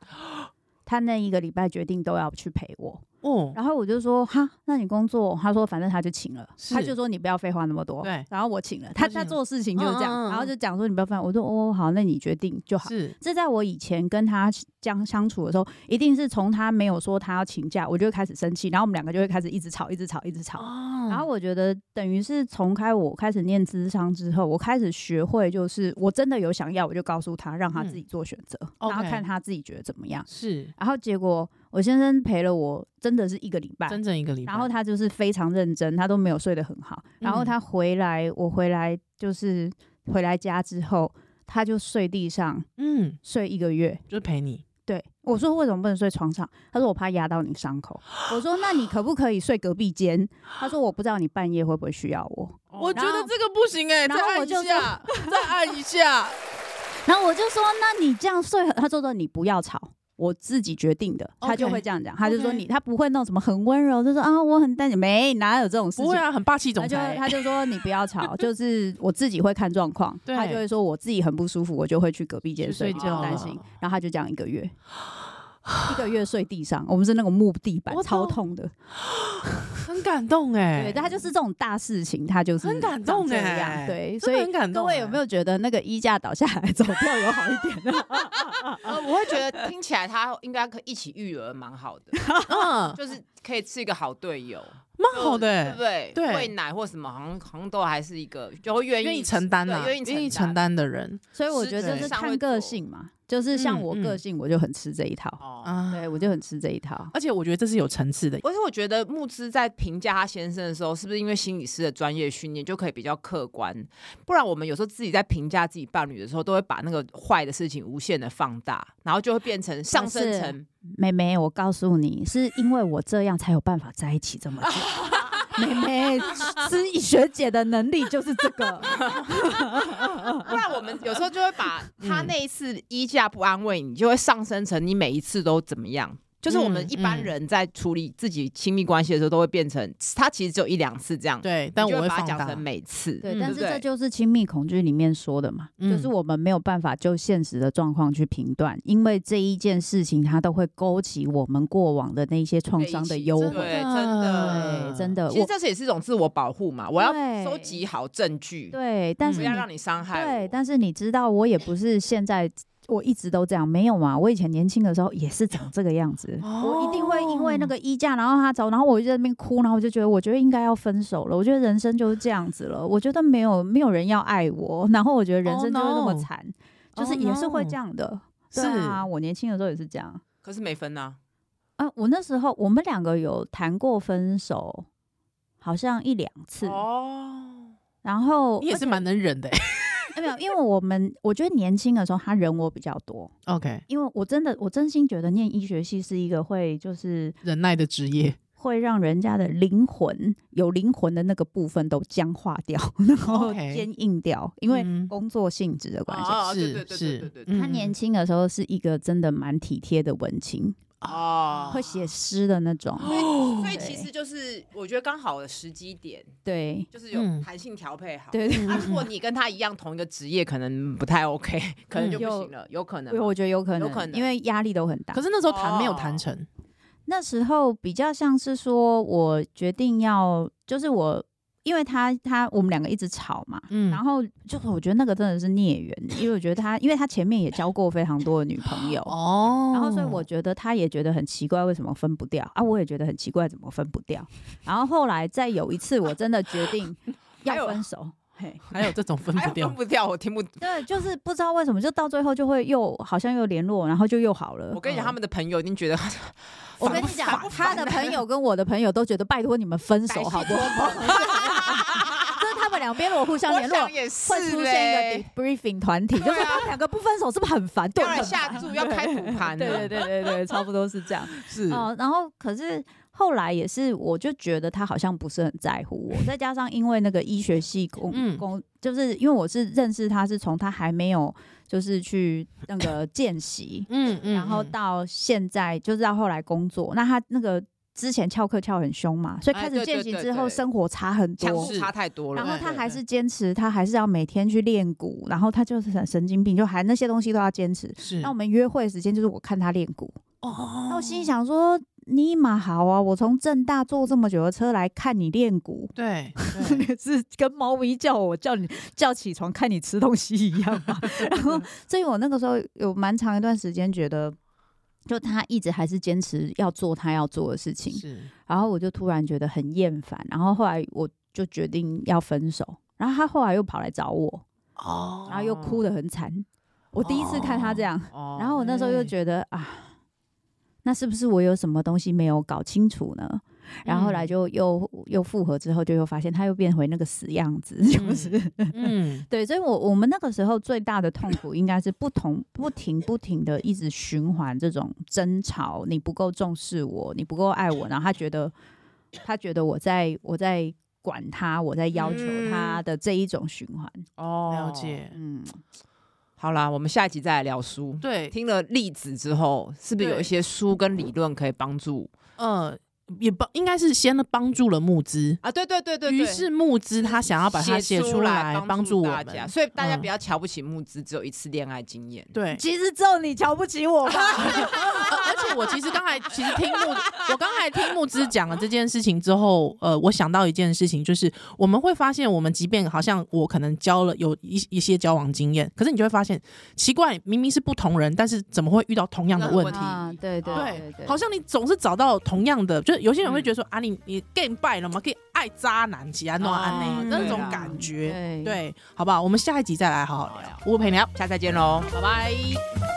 S3: 他那一个礼拜决定都要去陪我。
S1: 哦，
S3: 然后我就说哈，那你工作？他说反正他就请了，
S1: 是
S3: 他就说你不要废话那么多。
S1: 对
S3: 然后我请了他，
S1: 他请
S3: 他
S1: 了
S3: 做事情就是这样，
S1: 嗯嗯嗯
S3: 然后就讲说你不要废话。我说哦好，那你决定就好。
S1: 是
S3: 这在我以前跟他相相处的时候，一定是从他没有说他要请假，我就会开始生气，然后我们两个就会开始一直吵，一直吵，一直吵。
S1: 哦
S3: 然后我觉得等于是从开我开始念智商之后，我开始学会就是我真的有想要，我就告诉他，让他
S1: 嗯
S3: 自己做选择，
S1: OK
S3: 然后看他自己觉得怎么样。
S1: 是
S3: 然后结果我先生陪了我真的是一个礼拜，
S1: 整整一个礼拜，
S3: 哎然后他就是非常认真，他都没有睡得很好。然后
S1: 嗯
S3: 他回来，我回来就是回来家之后，他就睡地上
S1: 嗯，
S3: 睡一个月。
S1: 就是陪你，
S3: 对我说：“为什么不能睡床上？”他说：“我怕压到你伤口。”我说：“那你可不可以睡隔壁间？”他说：“我不知道你半夜会不会需要我。
S1: 我觉
S3: 哦然
S1: 得
S3: 后
S1: 这个不行哎，
S3: 然
S1: 再
S3: 后我
S1: 按
S3: 就
S1: 一下，再按一 下，”
S3: 然后我就说：“那你这样睡很？”他就说：“你不要吵。”我自己决定的，他就
S1: OK，
S3: 会这样讲。他就说
S1: OK
S3: 你，他不会弄什么很温柔，就说啊，我很担心，没哪有这种事
S1: 不
S3: 情
S1: 会。啊，很霸气总
S3: 他就
S1: 裁
S3: 他
S1: 欸，
S3: 就说你不要 吵，就是我自己会看状况。
S1: 对
S3: 他就会说我自己很不舒服，我就会去隔壁间
S1: 去
S3: 睡，
S1: 睡
S3: 不要
S1: 觉
S3: 担
S1: 了
S3: 心。然后他就这样一个月，一个月睡地上，我们是那种木地板
S1: 我，懂
S3: 超痛的。
S1: 很感动哎，
S3: 对，但他就是这种大事情，他就是
S1: 很感
S3: 长
S1: 动
S3: 这样。
S1: 哎，
S3: 对，
S1: 真
S3: 所
S1: 的
S3: 以
S1: 很感
S3: 各
S1: 动。
S3: 位有没有觉得那个衣架倒下来走掉有好一点呢？
S2: 呃，我会觉得听起来他应该可以一起育儿蛮好的，
S1: 有？嗯，
S2: 就是可以是一个好队友。
S1: 蛮好的、
S2: 对
S1: 欸
S2: 不，对？
S1: 对
S2: 喂奶或什么，好像好像都还是一个就会愿意
S1: 愿意承担呐、
S2: 对愿意
S1: 愿意
S2: 承
S1: 承担的人
S3: 所以我觉
S1: 实
S3: 得
S1: 质
S3: 就是
S2: 上
S3: 看
S2: 会
S3: 个
S2: 做
S3: 性嘛，就是像
S1: 嗯
S3: 我
S1: 嗯
S3: 个性，我就很吃这一套，
S2: 哦。
S1: 啊。
S3: 对我就很吃这一套。
S1: 而且我觉得这是有层次的，
S2: 而且我觉得牧之在评价他先生的时候，是不是因为心理师的专业训练就可以比较客观？不然我们有时候自己在评价自己伴侣的时候，都会把那个坏的事情无限的放大，然后就会变成上
S1: 哦
S2: 升
S3: 是
S2: 成
S3: 妹妹，我告诉你，是因为我这样才有办法在一起这么久。妹妹，知易学姐的能力就是这个。
S2: 不然我们有时候就会把他那一次衣架不安慰你，就会上升成你每一次都怎么样。就是我们一般人在处理自己亲密关系的时候，都会变成他其实只有一两次这样，
S1: 对，但
S2: 你就
S1: 我
S2: 会把它
S1: 放
S2: 讲
S1: 大
S2: 成。每次。
S3: 对，
S1: 嗯
S3: 但
S2: 对不
S3: 是
S2: 对
S3: 这就是亲密恐惧里面说的嘛，
S1: 嗯
S3: 就是我们没有办法就现实的状况去评断，因为这一件事情它都会勾起我们过往的那些创伤的忧
S2: 对，
S1: 真
S3: 患。
S2: 真
S1: 的
S2: 的。
S3: 对，真的，
S2: 其实
S3: 呃我
S2: 这是也是一种自我保护嘛，我要
S3: 对
S2: 收集好证据，
S3: 对，但是
S2: 不
S3: 你
S2: 要让你伤害我。
S3: 对，但是你知道，我也不是现在。我一直都这样，没有嘛？我以前年轻的时候也是长这个样子，
S1: 哦
S3: 我一定会因为那个衣架，然后他走，然后我就在那边哭，然后我就觉得，我觉得应该要分手了。我觉得人生就是这样子了，我觉得没有没有人要爱我，然后我觉得人
S1: Oh
S3: 生就是那么
S1: no
S3: 惨就是也是会这样的。
S1: 哦是
S3: 对啊，我年轻的时候也是这样
S2: 可是没分呐，
S3: 啊。我那时候我们两个有谈过分手，好像一两次，
S2: 哦，
S3: 然后
S1: 你也是蛮能忍的、欸。
S3: 哎没有，因为我们我觉得年轻的时候他忍我比较多，
S1: OK，
S3: 因为我真的我真心觉得念医学系是一个会就是
S1: 忍耐的职业，
S3: 会让人家的灵魂有灵魂的那个部分都僵化掉， 然后
S1: OK
S3: 坚硬掉，因为
S1: 嗯
S3: 工作性质的关系。嗯
S2: 哦嗯对
S1: 是
S2: 对对对对
S1: 是嗯
S2: 对，对
S3: 他年轻的时候是一个真的蛮体贴的文青，
S2: 哦，
S3: 啊会写诗的那种。
S2: 所以
S3: 对
S2: 其实就是我觉得刚好的时机点，
S3: 对
S2: 就是有
S1: 嗯
S2: 弹性调配好。
S3: 对对，
S2: 啊，如果你跟他一样同一个职业，可能不太 OK，可 能就不行了，有可能啊
S3: 我
S2: 嘛。
S3: 觉得有可能，
S2: 有可能
S3: 因为压力都很大。哦
S1: 可是那时候谈没有谈成，
S3: 那时候比较像是说，我决定要，就是我，因为他他我们两个一直吵嘛，
S1: 嗯，
S3: 然后就是我觉得那个真的是孽缘，因为我觉得他，因为他前面也交过非常多的女朋友，
S1: 哦，
S3: 然后所以我觉得他也觉得很奇怪，为什么分不掉啊？我也觉得很奇怪，怎么分不掉？然后后来再有一次，我真的决定
S2: 还有
S3: 要分手。 嘿，
S1: 还有这种分
S2: 还
S1: 不
S2: 有
S1: 掉
S2: 分，不掉，我听不。
S3: 对，就是不知道为什么，就到最后就会又好像又联络，然后就又好了嗯
S2: 我。跟你讲，他们的朋友已经觉得烦
S3: 我跟
S2: 不
S3: 你讲
S2: 烦不，
S3: 他
S2: 烦
S3: 的朋友跟我的朋友都觉得拜托你们分手好不好？ 就是他们两边如果互相
S2: 我
S3: 联络
S2: 想，也是
S3: 会出现一
S2: 嘞。
S3: 个 debriefing 团体，就
S2: 对
S3: 是
S2: 啊
S3: 他们两个不分手是不是很烦？对，
S2: 要来
S3: 很烦
S2: 下注，要开赌盘
S3: 对
S2: 了。
S3: 对对对对，差不多是这样。
S1: 是
S3: 哦，然后可是后来也是，我就觉得他好像不是很在乎我，再加上因为那个医学系工
S1: 嗯，
S3: 工，就是因为我是认识他是从他还没有就是去那个见习
S1: 嗯嗯，
S3: 然后
S1: 嗯
S3: 到现在就是到后来工作，那他那个之前翘课翘很凶嘛，所以
S2: 哎
S3: 开
S2: 对
S3: 始见
S2: 对
S3: 习
S2: 对
S3: 之后
S2: 对
S3: 生活差很
S2: 强
S3: 多
S2: 度。差太多了。
S3: 然后他
S2: 对
S3: 还是坚持，他还是要每天去练鼓，然后他就是很神经病，就还那些东西都要坚持。
S1: 是
S3: 那我们约会的时间就是我看他练鼓，
S1: 嗯哦
S3: 那我心里想说，尼玛好啊！我从正大坐这么久的车来看你练鼓，
S1: 对对
S3: 是跟猫咪叫我叫你叫起床看你吃东西一样吗？ 然后，所以我那个时候有蛮长一段时间觉得，就他一直还是坚持要做他要做的事情，
S1: 是
S3: 然后我就突然觉得很厌烦，然后后来我就决定要分手，然后他后来又跑来找我，
S1: 哦
S3: 然后又哭得很惨，我第一次看他这样。
S2: 哦
S3: 然后我那时候又
S1: 哎
S3: 觉得啊，那是不是我有什么东西没有搞清楚呢？然后后来
S1: 嗯
S3: 就又、又复合之后，就又发现他又变回那个死样子， 就是、
S1: 嗯
S3: 对。所以我我们那个时候最大的痛苦应该是不同不停不停的一直循环这种争吵，你不够重视我，你不够爱我，然后他觉得他觉得我在我在。管他，我在要求
S1: 嗯
S3: 他的这一种循环，
S2: 哦
S1: 了。解，
S3: 嗯，
S2: 好啦，我们下一集再来聊书。
S1: 对，
S2: 听了例子之后，是不是有
S1: 对
S2: 一些书跟理论可以帮助
S1: 呃，也帮应该是先帮助了募资，
S2: 啊？对对对对对。
S1: 于是募资他想要把它写
S2: 出
S1: 来帮助我
S2: 大家，
S1: 们，
S2: 所以大家
S1: 嗯
S2: 不要瞧不起募资只有一次恋爱经验。
S1: 对，
S3: 其实只有你瞧不起我吧？
S1: 而且我其实刚才其实听木，我刚才听木之讲了这件事情之后，呃，我想到一件事情，就是我们会发现，我们即便好像我可能交了有一一些交往经验，可是你就会发现，奇怪，明明是不同人，但是怎么会遇到同样的问题？
S3: 啊，对对
S1: 对
S3: 对对，
S1: 好像你总是找到同样的，就是有些人会觉得说、啊，你你 gay 拜了吗？可以爱渣男，其他弄安
S2: 哦
S1: 内那种
S2: 对啊
S1: 感觉，
S3: 对
S1: 对，好不好？我们下一集再来好好聊。我陪你聊，
S2: 下次再见喽。
S1: 拜拜。